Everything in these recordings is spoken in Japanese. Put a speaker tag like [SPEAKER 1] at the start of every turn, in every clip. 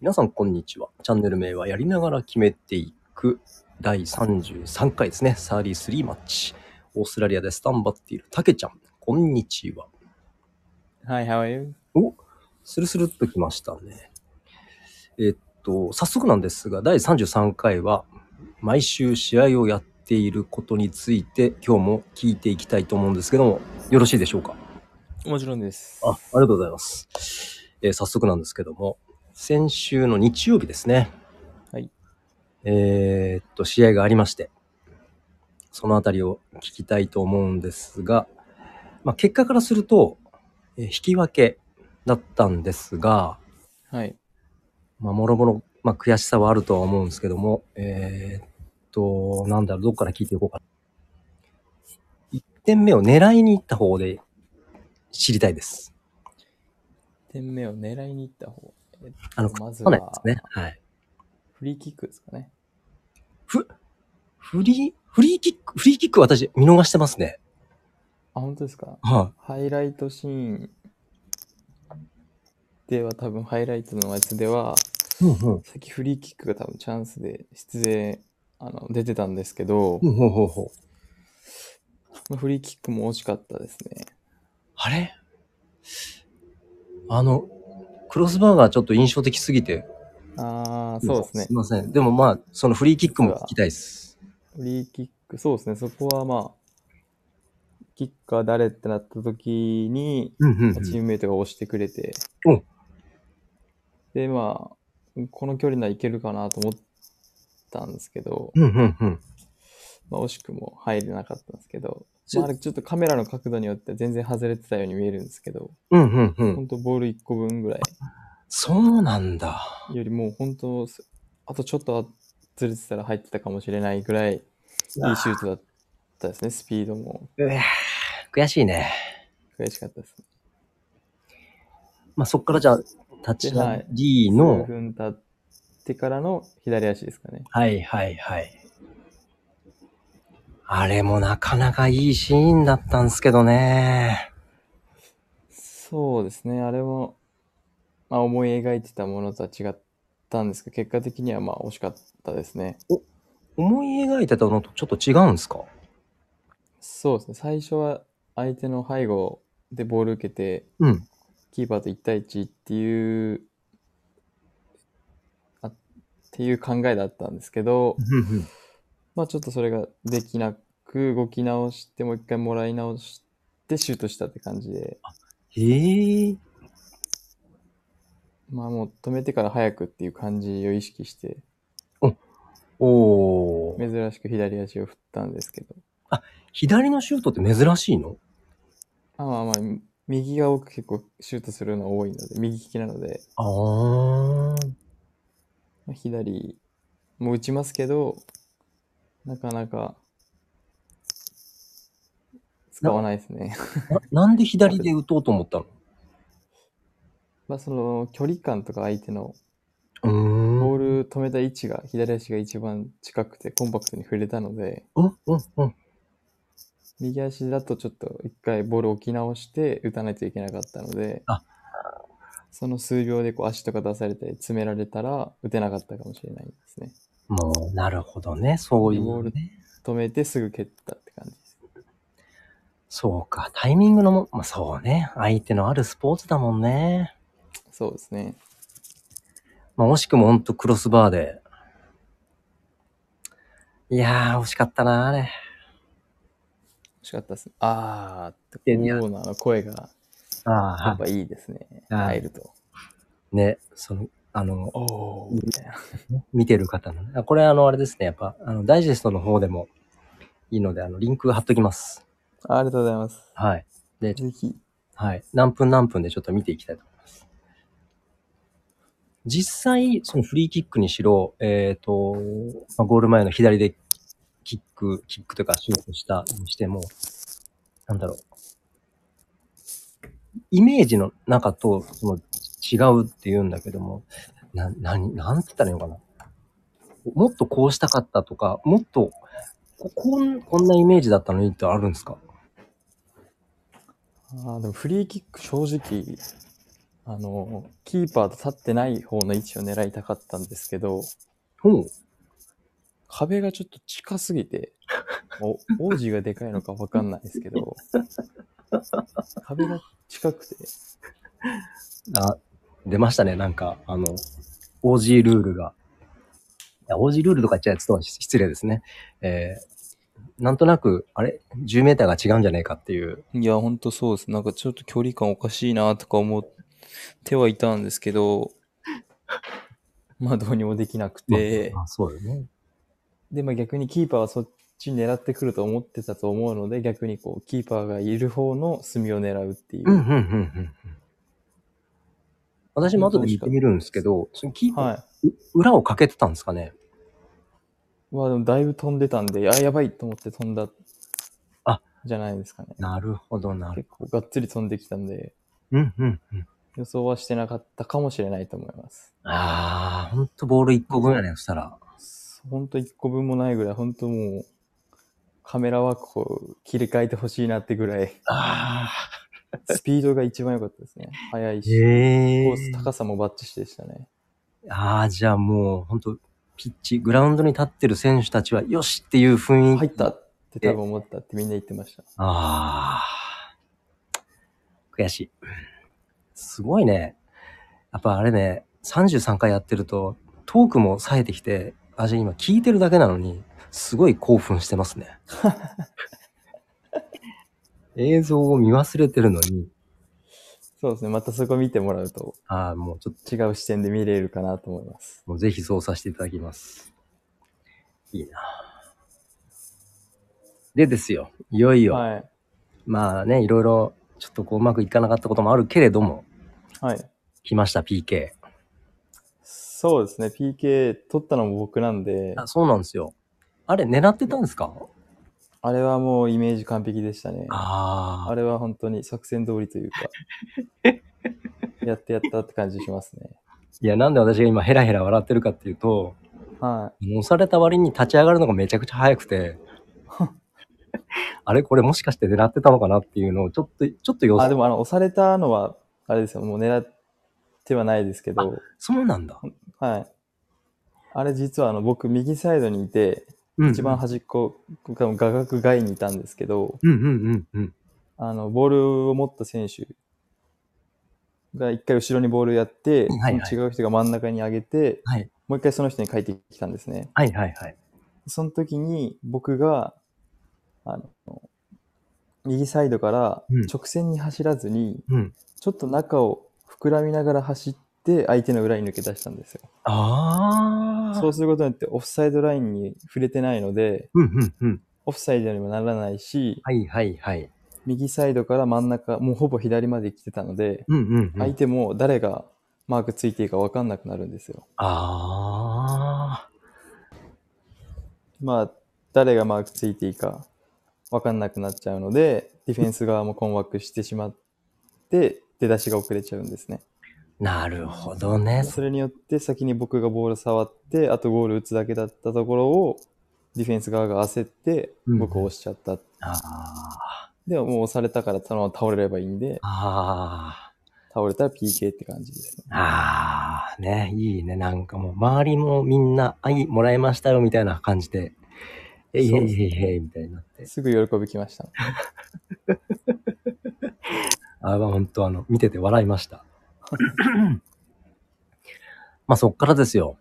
[SPEAKER 1] 皆さん、こんにちは。チャンネル名はやりながら決めていく第33回ですね。サーリー3マッチ。オーストラリアでスタンバっているたけちゃん、こんにちは。
[SPEAKER 2] Hi, how are you?
[SPEAKER 1] おスルスルっときましたね。えっと、早速なんですが、第33回は、毎週試合をやっていることについて、今日も聞いていきたいと思うんですけども、よろしいでしょうか
[SPEAKER 2] もちろんです。
[SPEAKER 1] あありがとうございます。えー早速なんですけども、先週の日曜日ですね。
[SPEAKER 2] はい。
[SPEAKER 1] えーっと、試合がありまして、そのあたりを聞きたいと思うんですが、まあ、結果からすると、えー引き分けだったんですが、
[SPEAKER 2] はい。
[SPEAKER 1] まあ、もろもろ、まあ、悔しさはあるとは思うんですけども、えーっと、なんだろう、どっから聞いていこうかな。1点目を狙いに行った方で知りたいです。
[SPEAKER 2] 点目を狙いに行った方。えっと
[SPEAKER 1] あの、
[SPEAKER 2] まず
[SPEAKER 1] そうなんで
[SPEAKER 2] は
[SPEAKER 1] すね。はい。
[SPEAKER 2] フリーキックですかね。
[SPEAKER 1] ふ、フリー、フリーキック、フリーキック私見逃してますね。
[SPEAKER 2] あ、本当ですか
[SPEAKER 1] は
[SPEAKER 2] ハイライトシーンでは多分ハイライトのやつでは、
[SPEAKER 1] い。うんうん。
[SPEAKER 2] さっきフリーキックが多分チャンスで出演あの出てたんですけど、
[SPEAKER 1] うんほうほうほう。
[SPEAKER 2] フリーキックも惜しかったですね。
[SPEAKER 1] あれあの、クロスバーがちょっと印象的すぎて。
[SPEAKER 2] あー、そうですね
[SPEAKER 1] すい。ません。でもまあ、そのフリーキックも聞きたいです。
[SPEAKER 2] フリーキック、そうですね。そこはまあ、キッカー誰ってなった時に、
[SPEAKER 1] うんうん、う
[SPEAKER 2] チー
[SPEAKER 1] ん。
[SPEAKER 2] ムメイトが押してくれて、
[SPEAKER 1] お
[SPEAKER 2] で、まあ、この距離ならいけるかなと思ったんですけど、
[SPEAKER 1] うんうんうん。
[SPEAKER 2] まあ、惜しくも入れなかったんですけど、
[SPEAKER 1] そ
[SPEAKER 2] まあ、あれちょっとカメラの角度によっては全然外れてたように見えるんですけど、
[SPEAKER 1] うんうんうん。
[SPEAKER 2] 本当ボール1個分ぐらい
[SPEAKER 1] そうなんだ。
[SPEAKER 2] よりもう本当、あとちょっとずれてたら入ってたかもしれないぐらい、いいシ
[SPEAKER 1] うわ
[SPEAKER 2] ュートだったですね。スピードも
[SPEAKER 1] うわ悔しいね。
[SPEAKER 2] 悔しかったですね。
[SPEAKER 1] まあそっからじゃあ、立ち
[SPEAKER 2] は
[SPEAKER 1] 上
[SPEAKER 2] い
[SPEAKER 1] り
[SPEAKER 2] 数
[SPEAKER 1] の、
[SPEAKER 2] 分経ってからの左足ですかね。
[SPEAKER 1] はいはいはい。あれもなかなかいいシーンだったんですけどね。
[SPEAKER 2] そうですね、あれも、まあ、思い描いてたものとは違ったんですけど、結果的にはまあ惜しかったですね。
[SPEAKER 1] 思い描いてたのとちょっと違うんですか
[SPEAKER 2] そうですね、最初は相手の背後でボール受けて、
[SPEAKER 1] うん。
[SPEAKER 2] キーパーと1対1っていう、あっていう考えだったんですけど、まあちょっとそれができなく、動き直して、もう一回もらい直して、シュートしたって感じで、
[SPEAKER 1] へえ。
[SPEAKER 2] まあもう止めてから早くっていう感じを意識して、
[SPEAKER 1] おー。
[SPEAKER 2] 珍しく左足を振ったんですけど、
[SPEAKER 1] 左のシュートって珍しいの
[SPEAKER 2] あまあまあ、み右が僕結構シュートするの多いので、右利きなので、
[SPEAKER 1] あー。
[SPEAKER 2] まあ左も打ちますけど、なかなか使わないですね。
[SPEAKER 1] ななんで左で打とうと思ったの
[SPEAKER 2] まあその距離感とか相手の
[SPEAKER 1] うー
[SPEAKER 2] ボ
[SPEAKER 1] ん。
[SPEAKER 2] ール止めた位置が、左足が一番近くてコンパクトに触れたので、
[SPEAKER 1] うん、うん、うん。
[SPEAKER 2] 右足だとちょっと一回ボール置き直して打たないといけなかったので
[SPEAKER 1] あ、
[SPEAKER 2] その数秒でこう足とか出されて詰められたら打てなかったかもしれないですね。
[SPEAKER 1] もう、なるほどね。そうい
[SPEAKER 2] ボー
[SPEAKER 1] う
[SPEAKER 2] ル
[SPEAKER 1] ね。
[SPEAKER 2] 止めてすぐ蹴ったって感じです。
[SPEAKER 1] そうか。タイミングのも、まあ、そうね。相手のあるスポーツだもんね。
[SPEAKER 2] そうですね。
[SPEAKER 1] まあ、惜しくもほんとクロスバーで。いやー、惜しかったな、あれ。
[SPEAKER 2] 惜しかったですね。あーって
[SPEAKER 1] いやいや
[SPEAKER 2] 思うな声がや
[SPEAKER 1] あ
[SPEAKER 2] っぱいいですね。
[SPEAKER 1] あ
[SPEAKER 2] 入ると。
[SPEAKER 1] あ、ね、その、あの、
[SPEAKER 2] おーみたいな。
[SPEAKER 1] 見てる方のね。あこれ、あの、あれですね。やっぱ、あの、ダイジェストの方でもいいので、あの、リンク貼っときます。
[SPEAKER 2] ありがとうございます。
[SPEAKER 1] はい。で、
[SPEAKER 2] ぜひ。
[SPEAKER 1] はい。何分何分でちょっと見ていきたいと思います。実際、そのフリーキックにしろ、えっ、と、まあ、ゴール前の左でキック、キックとかシュートしたにしても、なんだろう。イメージの中とその違うって言うんだけども、な、なに、なんて言ったらいいのかな。もっとこうしたかったとか、もっと、ここんこんなイメージだったのにってあるんですか
[SPEAKER 2] あーでもフリーキック正直あの、キーパーと立ってない方の位置を狙いたかったんですけど、
[SPEAKER 1] ほう。
[SPEAKER 2] 壁がちょっと近すぎて、お 王子がでかいのかわかんないですけど、壁が近くて、
[SPEAKER 1] あ、出ましたね。なんか、あの、OG ルールが。いや、OG ルールとか言っちゃうやつとは失礼ですね。えー、なんとなく、あれ ?10 メーターが違うんじゃねえかっていう。
[SPEAKER 2] いや、ほんとそうです。なんかちょっと距離感おかしいなとか思ってはいたんですけど、まあどうにもできなくて、
[SPEAKER 1] あ、そうよね。
[SPEAKER 2] で、まあ逆にキーパーはそっち狙ってくると思ってたと思うので、逆にこう、キーパーがいる方の隅を狙うっていう。
[SPEAKER 1] うん、うん、うん、うん。私も後で見てみるんですけど、そのキーパー、
[SPEAKER 2] は
[SPEAKER 1] 裏をかけてたんですかね
[SPEAKER 2] い。まあでもだいぶ飛んでたんで、あ、やばいと思って飛んだ。
[SPEAKER 1] あ
[SPEAKER 2] じゃないですかね。
[SPEAKER 1] なるほど、なる
[SPEAKER 2] 結構がっつり飛んできたんで、
[SPEAKER 1] うん、うん、うん。
[SPEAKER 2] 予想はしてなかったかもしれないと思います。
[SPEAKER 1] ああ、ほんとボール1個分やね、そしたら。
[SPEAKER 2] ほんと1個分もないぐらい、ほんともう、カメラワークを切り替えてほしいなってぐらい、
[SPEAKER 1] あ
[SPEAKER 2] スピードが一番良かったですね。速い
[SPEAKER 1] ー
[SPEAKER 2] し、
[SPEAKER 1] へ
[SPEAKER 2] コ
[SPEAKER 1] え
[SPEAKER 2] ース高さもバッチシでしたね。
[SPEAKER 1] ああ、じゃあもう、ほんと、ピッチ、グラウンドに立ってる選手たちは、よしっていう雰囲気。
[SPEAKER 2] 入ったって多分思ったってみんな言ってました。
[SPEAKER 1] ああ。悔しい。すごいね。やっぱあれね、33回やってると、トークも冴えてきて、私今聞いてるだけなのに、すごい興奮してます ね。映像を見忘れてるのに、
[SPEAKER 2] そうですね。またそこ見てもらうと
[SPEAKER 1] ああ、もうちょっと
[SPEAKER 2] 違う視点で見れるかなと思います。
[SPEAKER 1] もうぜひそうさせていただきます。いいなでですよ、いよいよ、
[SPEAKER 2] はい。
[SPEAKER 1] まあね、いろいろ、ちょっとこううまくいかなかったこともあるけれども、
[SPEAKER 2] はい。
[SPEAKER 1] 来ました、PK。
[SPEAKER 2] そうですね。PK 取ったのも僕なんで、
[SPEAKER 1] あそうなんですよ。あれ、狙ってたんですか
[SPEAKER 2] あれはもうイメージ完璧でしたね。
[SPEAKER 1] あ
[SPEAKER 2] あれは本当に作戦通りとい うか、やってやったって感じしますね。
[SPEAKER 1] いや、なんで私が今ヘラヘラ笑ってるかっていうと、
[SPEAKER 2] は
[SPEAKER 1] 押された割に立ち上がるのがめちゃくちゃ早く て、あれこれもしかして狙ってたのかなっていうのをちょっと、ちょっと予
[SPEAKER 2] い。あ、で
[SPEAKER 1] 想。
[SPEAKER 2] もあの、押されたのは、あれですよ。もう狙ってはないですけど、
[SPEAKER 1] そうなんだ。
[SPEAKER 2] はい。あれ実はあの、僕右サイドにいて、
[SPEAKER 1] うん
[SPEAKER 2] 一番端っこ、画角外にいたんですけど、
[SPEAKER 1] うんうんうんうん。
[SPEAKER 2] あの、ボールを持った選手が一回後ろにボールやって、
[SPEAKER 1] はいはい
[SPEAKER 2] その違う人が真ん中に上げて、
[SPEAKER 1] はい
[SPEAKER 2] もう一回その人に帰ってきたんですね。
[SPEAKER 1] はいはいはい。
[SPEAKER 2] その時に僕が、あの、右サイドから
[SPEAKER 1] うん
[SPEAKER 2] 直線に走らずに、
[SPEAKER 1] うん。
[SPEAKER 2] ちょっと中を膨らみながら走って、相手の裏に抜け出したんですよ。
[SPEAKER 1] ああ。
[SPEAKER 2] そうすることによって、オフサイドラインに触れてないので、
[SPEAKER 1] うんうんうん。
[SPEAKER 2] オフサイドにもならないし、
[SPEAKER 1] はいはいはい。
[SPEAKER 2] 右サイドから真ん中、もうほぼ左まで来てたので、
[SPEAKER 1] うんうん、うん。
[SPEAKER 2] 相手も誰がマークついていいか分かんなくなるんですよ。
[SPEAKER 1] ああ。
[SPEAKER 2] まあ、誰がマークついていいか分かんなくなっちゃうので、ディフェンス側も困惑してしまって、出だしが遅れちゃうんですね。
[SPEAKER 1] なるほどね。
[SPEAKER 2] それによって先に僕がボール触って、あとゴール打つだけだったところを、ディフェンス側が焦って、
[SPEAKER 1] うん
[SPEAKER 2] 僕を押しちゃった。
[SPEAKER 1] ああ。
[SPEAKER 2] でももう押されたからそのまま倒れればいいんで、
[SPEAKER 1] ああ。
[SPEAKER 2] 倒れたら PK って感じですね。
[SPEAKER 1] ああ、ね、いいね。なんかもう、周りもみんな、あい、もらいましたよ、みたいな感じで、えいえいえいえい、みたいになって。
[SPEAKER 2] すぐ喜びきました。
[SPEAKER 1] ああ、本当あの、見てて笑いま した。まあ、そっからですよ。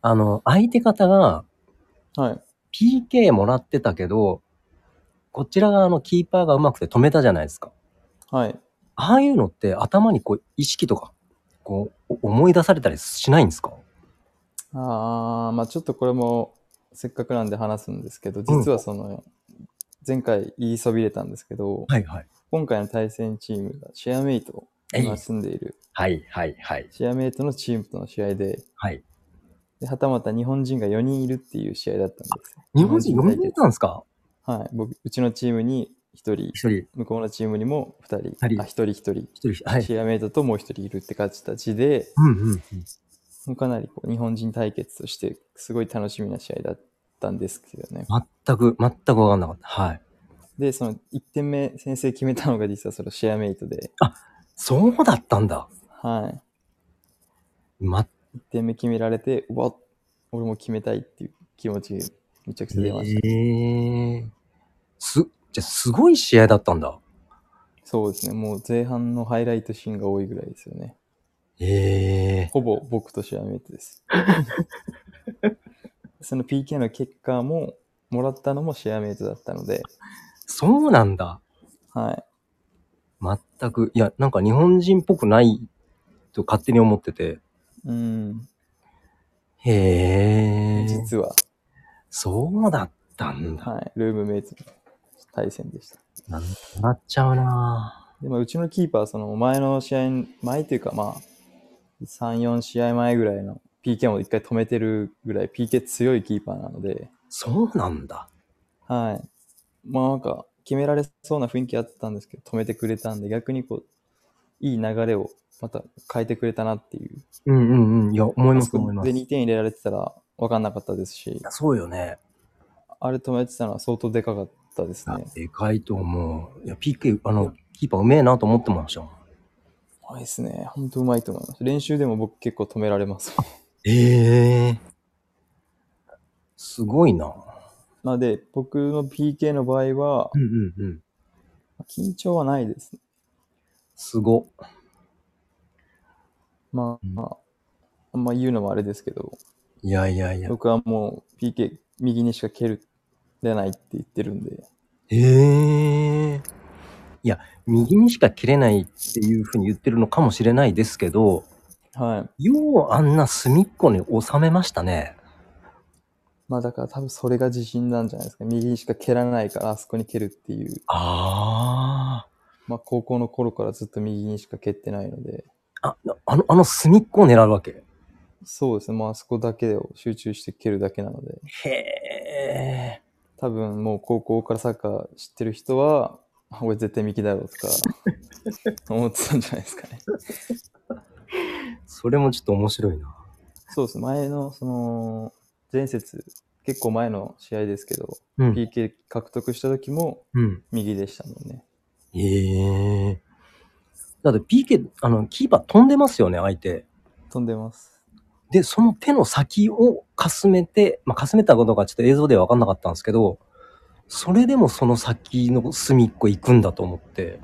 [SPEAKER 1] あの、相手方が
[SPEAKER 2] はい。
[SPEAKER 1] PK もらってたけど、こちら側のキーパーがうまくて止めたじゃないですか。
[SPEAKER 2] はい。
[SPEAKER 1] ああいうのって頭にこう、意識とか、こう、お思い出されたりしないんですか
[SPEAKER 2] ああ、まあちょっとこれもせっかくなんで話すんですけど、実はその、前回言いそびれたんですけど、
[SPEAKER 1] はいはい。
[SPEAKER 2] 今回の対戦チームがシェアメイト、
[SPEAKER 1] えい
[SPEAKER 2] 今住んでいる
[SPEAKER 1] はいはいはい。
[SPEAKER 2] シェアメイトのチームとの試合で、
[SPEAKER 1] はい。
[SPEAKER 2] ではたまた日本人が4人いるっていう試合だったんですよ。
[SPEAKER 1] 日本人4人いたんですか
[SPEAKER 2] はい。僕、うちのチームに1人、
[SPEAKER 1] 一人、
[SPEAKER 2] 向こうのチームにも2人、
[SPEAKER 1] 二人
[SPEAKER 2] あ、1人1人、
[SPEAKER 1] 一人、はい。
[SPEAKER 2] シェアメイトともう1人いるって形で、
[SPEAKER 1] うんうんうん。
[SPEAKER 2] もうかなりこう日本人対決として、すごい楽しみな試合だったんですけどね。
[SPEAKER 1] 全く、全く分かんなかった。はい。
[SPEAKER 2] で、その1点目、先生決めたのが実はそのシェアメイトで、
[SPEAKER 1] そうだったんだ。
[SPEAKER 2] はい。
[SPEAKER 1] ま、
[SPEAKER 2] 1点目決められて、うわ俺も決めたいっていう気持ち、めちゃくちゃ出ました。
[SPEAKER 1] えーす、じゃあすごい試合だったんだ。
[SPEAKER 2] そうですね。もう前半のハイライトシーンが多いぐらいですよね。
[SPEAKER 1] ええ
[SPEAKER 2] ほぼ僕と試合メイトです。その PK の結果も、もらったのもシェアメイトだったので、
[SPEAKER 1] そうなんだ。
[SPEAKER 2] はい。
[SPEAKER 1] 全く。いや、なんか日本人っぽくないと勝手に思ってて。
[SPEAKER 2] うん。
[SPEAKER 1] へえ。
[SPEAKER 2] 実は、
[SPEAKER 1] そうだったんだ。
[SPEAKER 2] はい。ルームメイトの対戦でした。
[SPEAKER 1] なんなっちゃうな
[SPEAKER 2] で、まあ、うちのキーパー、その前の試合、前というか、まあ、3、4試合前ぐらいの PK も一回止めてるぐらい、PK 強いキーパーなので、
[SPEAKER 1] そうなんだ。
[SPEAKER 2] はい。まあなんか、決められそうな雰囲気あったんですけど、止めてくれたんで、逆にこう、いい流れをまた変えてくれたなっていう。
[SPEAKER 1] うんうんうん。いや、思います思います。
[SPEAKER 2] で、
[SPEAKER 1] い
[SPEAKER 2] 2点入れられてたら分かんなかったですし、
[SPEAKER 1] やそうよね。
[SPEAKER 2] あれ止めてたのは相当でかかったです
[SPEAKER 1] あ
[SPEAKER 2] ね。
[SPEAKER 1] でかいと思う。いや、PK、あの、キーパーうめえなと思ってましたもん。
[SPEAKER 2] うまいですね。ほんとうまいと思います。練習でも僕結構止められます。
[SPEAKER 1] ええすごいな。
[SPEAKER 2] なので、僕の PK の場合は、
[SPEAKER 1] んうんうん。
[SPEAKER 2] 緊張はないですね。
[SPEAKER 1] すご。
[SPEAKER 2] まあ、
[SPEAKER 1] うん
[SPEAKER 2] まあ、あんま言うのもあれですけど、
[SPEAKER 1] いやいやいや。
[SPEAKER 2] 僕はもう PK 右にしか蹴れないって言ってるんで、
[SPEAKER 1] ええいや、右にしか切れないっていうふうに言ってるのかもしれないですけど、
[SPEAKER 2] はい。
[SPEAKER 1] ようあんな隅っこに収めましたね。
[SPEAKER 2] まあだから多分それが自信なんじゃないですか。右にしか蹴らないからあそこに蹴るっていう。
[SPEAKER 1] あ
[SPEAKER 2] まあ高校の頃からずっと右にしか蹴ってないので、
[SPEAKER 1] あ。あ、あの、あの隅っこを狙うわけ。
[SPEAKER 2] そうですね。まああそこだけを集中して蹴るだけなので、
[SPEAKER 1] へえ。
[SPEAKER 2] 多分もう高校からサッカー知ってる人は、あ俺絶対右だろうと か思ってたんじゃないですかね。
[SPEAKER 1] それもちょっと面白いな。
[SPEAKER 2] そうです。前のその前節、結構前の試合ですけど、
[SPEAKER 1] うん。
[SPEAKER 2] PK 獲得した時も
[SPEAKER 1] うん。
[SPEAKER 2] 右でしたもんね。
[SPEAKER 1] ええだって PK、あの、キーパー飛んでますよね、相手。
[SPEAKER 2] 飛んでます。
[SPEAKER 1] で、その手の先をかすめて、まあ、かすめたことがちょっと映像では分かんなかったんですけど、それでもその先の隅っこ行くんだと思って。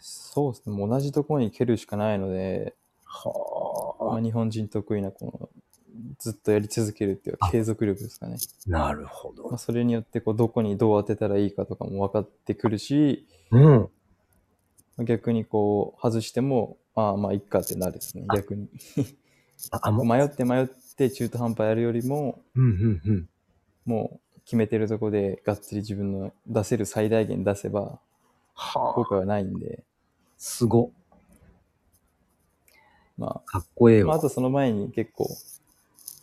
[SPEAKER 2] そうですね。もう同じところに蹴るしかないので、ま
[SPEAKER 1] は
[SPEAKER 2] あ、日本人得意なこのずっとやり続けるっていう
[SPEAKER 1] あ
[SPEAKER 2] 継続力ですかね。
[SPEAKER 1] あ。なるほ
[SPEAKER 2] まあ、
[SPEAKER 1] ど。
[SPEAKER 2] それによってこうどこにどう当てたらいいかとかも分かってくるし、
[SPEAKER 1] うん。
[SPEAKER 2] まあ逆にこう外しても、まあまあいっかってなるですね、
[SPEAKER 1] あ
[SPEAKER 2] 逆に。
[SPEAKER 1] あ、あもう、
[SPEAKER 2] 迷って迷って中途半端やるよりも、
[SPEAKER 1] うんうんうん。
[SPEAKER 2] もう決めてるとこでがっつり自分の出せる最大限出せば効
[SPEAKER 1] はあ。
[SPEAKER 2] 果はないんで、
[SPEAKER 1] すご。
[SPEAKER 2] ま
[SPEAKER 1] かっこええ
[SPEAKER 2] あ、まあ、
[SPEAKER 1] わ。
[SPEAKER 2] あとその前に結構、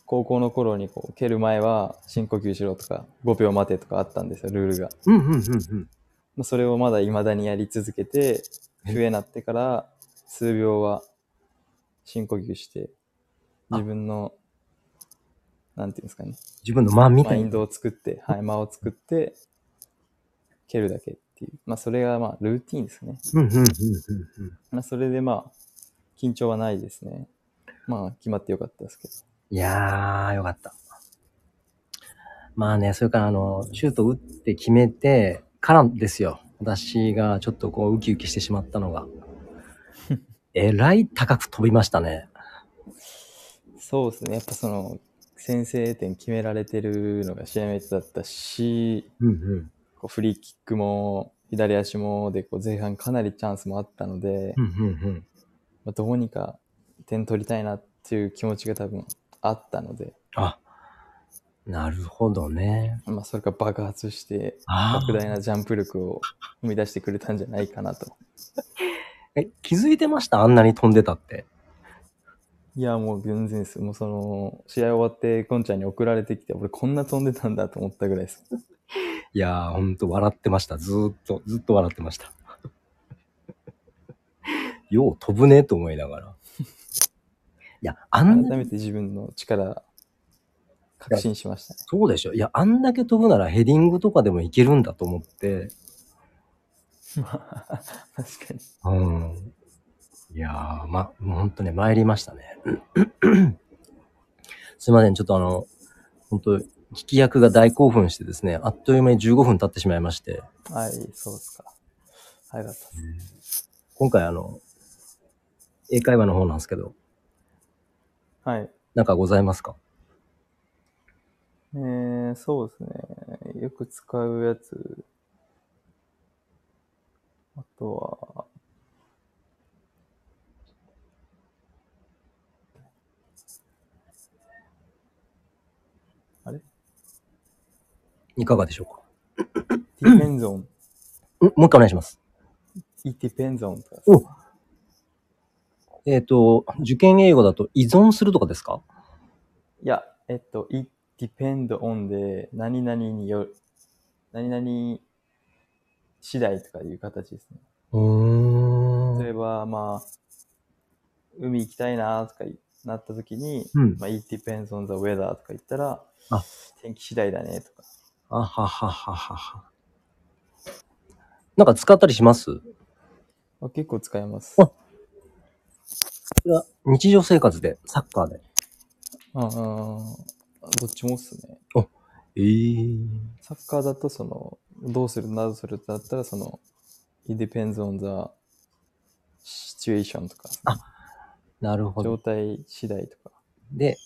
[SPEAKER 2] 高校の頃にこう蹴る前は深呼吸しろとか5秒待てとかあったんですよ、ルールが。
[SPEAKER 1] うんうんうんうん。
[SPEAKER 2] まあそれをまだ未だにやり続けて、
[SPEAKER 1] え
[SPEAKER 2] 冬になってから数秒は深呼吸して、
[SPEAKER 1] あ
[SPEAKER 2] 自分の、なんていうんですかね、
[SPEAKER 1] 自分の間みた
[SPEAKER 2] マイ
[SPEAKER 1] い
[SPEAKER 2] ン
[SPEAKER 1] な。
[SPEAKER 2] ドを作って、はい、間を作って、蹴るだけっていう。まあ、それがまあ、ルーティンですね。
[SPEAKER 1] うんうんうんうんうん。
[SPEAKER 2] まあ、それでまあ、緊張はないですね。まあ、決まってよかったですけど。
[SPEAKER 1] いやー、よかった。まあね、それからあの、シュート打って決めてからですよ。私がちょっとこう、ウキウキしてしまったの が。えらい高く飛びましたね。
[SPEAKER 2] そうですね。やっぱその、先制点決められてるのが試合メイトだったし、
[SPEAKER 1] うんうん。
[SPEAKER 2] こうフリーキックも左足もでこう前半かなりチャンスもあったので、
[SPEAKER 1] うんうん
[SPEAKER 2] まあ、どうにか点取りたいなっていう気持ちが多分あったので、
[SPEAKER 1] あ、なるほどね。
[SPEAKER 2] まあ、それが爆発して
[SPEAKER 1] あ
[SPEAKER 2] 莫大なジャンプ力を生み出してくれたんじゃないかなと。
[SPEAKER 1] え、気づいてましたあんなに飛んでたって。
[SPEAKER 2] いやもう全然です。もうその試合終わってゴンちゃんに送られてきて俺こんな飛んでたんだと思ったぐらいです。
[SPEAKER 1] いやー、ほんと笑ってました。ずーっと、ずっと笑ってま した。よう飛ぶねと思いながら。いや、あ
[SPEAKER 2] 改
[SPEAKER 1] んな
[SPEAKER 2] めて自分の力確信しましたね。
[SPEAKER 1] そうでしょ。いや、あんだけ飛ぶならヘディングとかでもいけるんだと思って、
[SPEAKER 2] 確かに。
[SPEAKER 1] うん。いやー、ま、もうほんとね、参りましたね。 すいません、ちょっとあの、本当聞き役が大興奮してですね、あっという間に15分経ってしまいまして、
[SPEAKER 2] はい、そうですか。早かったです。
[SPEAKER 1] 今回あの、英会話の方なんですけど、
[SPEAKER 2] はい。
[SPEAKER 1] なんかございますか
[SPEAKER 2] えー、そうですね。よく使うやつ。あとは、
[SPEAKER 1] いかがでしょうか
[SPEAKER 2] ディペンゾン、
[SPEAKER 1] んもう一回お願いします。
[SPEAKER 2] イディペンゾンとか。
[SPEAKER 1] おえっ、と、受験英語だと依存するとかですか
[SPEAKER 2] いや、えっと、it depend on で、何々による、何々次第とかいう形ですね。
[SPEAKER 1] うー
[SPEAKER 2] 例えば、まあ、海行きたいなとかなった時に、
[SPEAKER 1] うん。
[SPEAKER 2] まあ、it depends on the weather とか言ったら
[SPEAKER 1] あ、
[SPEAKER 2] 天気次第だねとか。
[SPEAKER 1] あははははは。なんか使ったりします
[SPEAKER 2] まあ、結構使います。
[SPEAKER 1] あそれは日常生活で、サッカーで。
[SPEAKER 2] うんうんうんどっちもっすね。
[SPEAKER 1] ええ
[SPEAKER 2] サッカーだと、その、どうする、などするだったら、その、it depends on the situation とか、
[SPEAKER 1] なるほ
[SPEAKER 2] 状
[SPEAKER 1] ど。
[SPEAKER 2] 態次第とか、
[SPEAKER 1] で、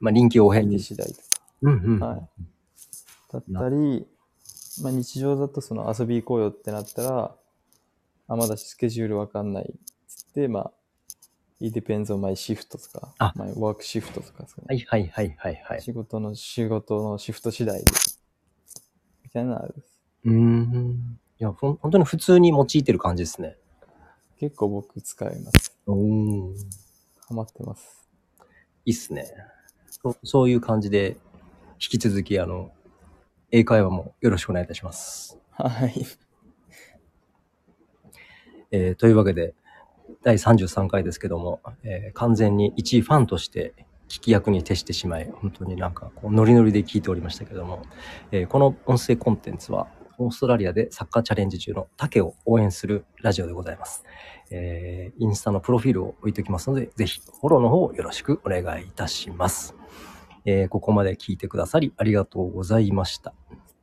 [SPEAKER 1] まあ、臨機応変
[SPEAKER 2] 相手
[SPEAKER 1] に。
[SPEAKER 2] 次第とか。
[SPEAKER 1] うんうん。
[SPEAKER 2] はい。だったり、まあ、日常だとその遊び行こうよってなったら、あ、まだスケジュールわかんないっつって、まあ、it depends on my shift とか
[SPEAKER 1] あ、
[SPEAKER 2] my work shift とか、その
[SPEAKER 1] はいはいはいはいはい。
[SPEAKER 2] 仕事の仕事のシフト次第で、みたいなのあるです。
[SPEAKER 1] うーん。いや、ほん本当に普通に用いてる感じですね。
[SPEAKER 2] 結構僕使います。
[SPEAKER 1] おー。
[SPEAKER 2] ハマってます。
[SPEAKER 1] いいっすね。そそういう感じで、引き続き、あの、英会話もよろしくお願いいたします。
[SPEAKER 2] はい。
[SPEAKER 1] えーというわけで、第33回ですけども、えー完全に一ファンとして聞き役に徹してしまい、本当になんかこうノリノリで聞いておりましたけども、えーこの音声コンテンツは、オーストラリアでサッカーチャレンジ中の竹を応援するラジオでございます。えーインスタのプロフィールを置いておきますので、ぜひフォローの方をよろしくお願いいたします。えーここまで聞いてくださりありがとうございました。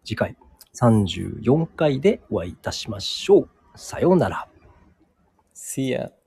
[SPEAKER 1] 次回34回でお会いいたしましょう。さようなら。
[SPEAKER 2] See ya!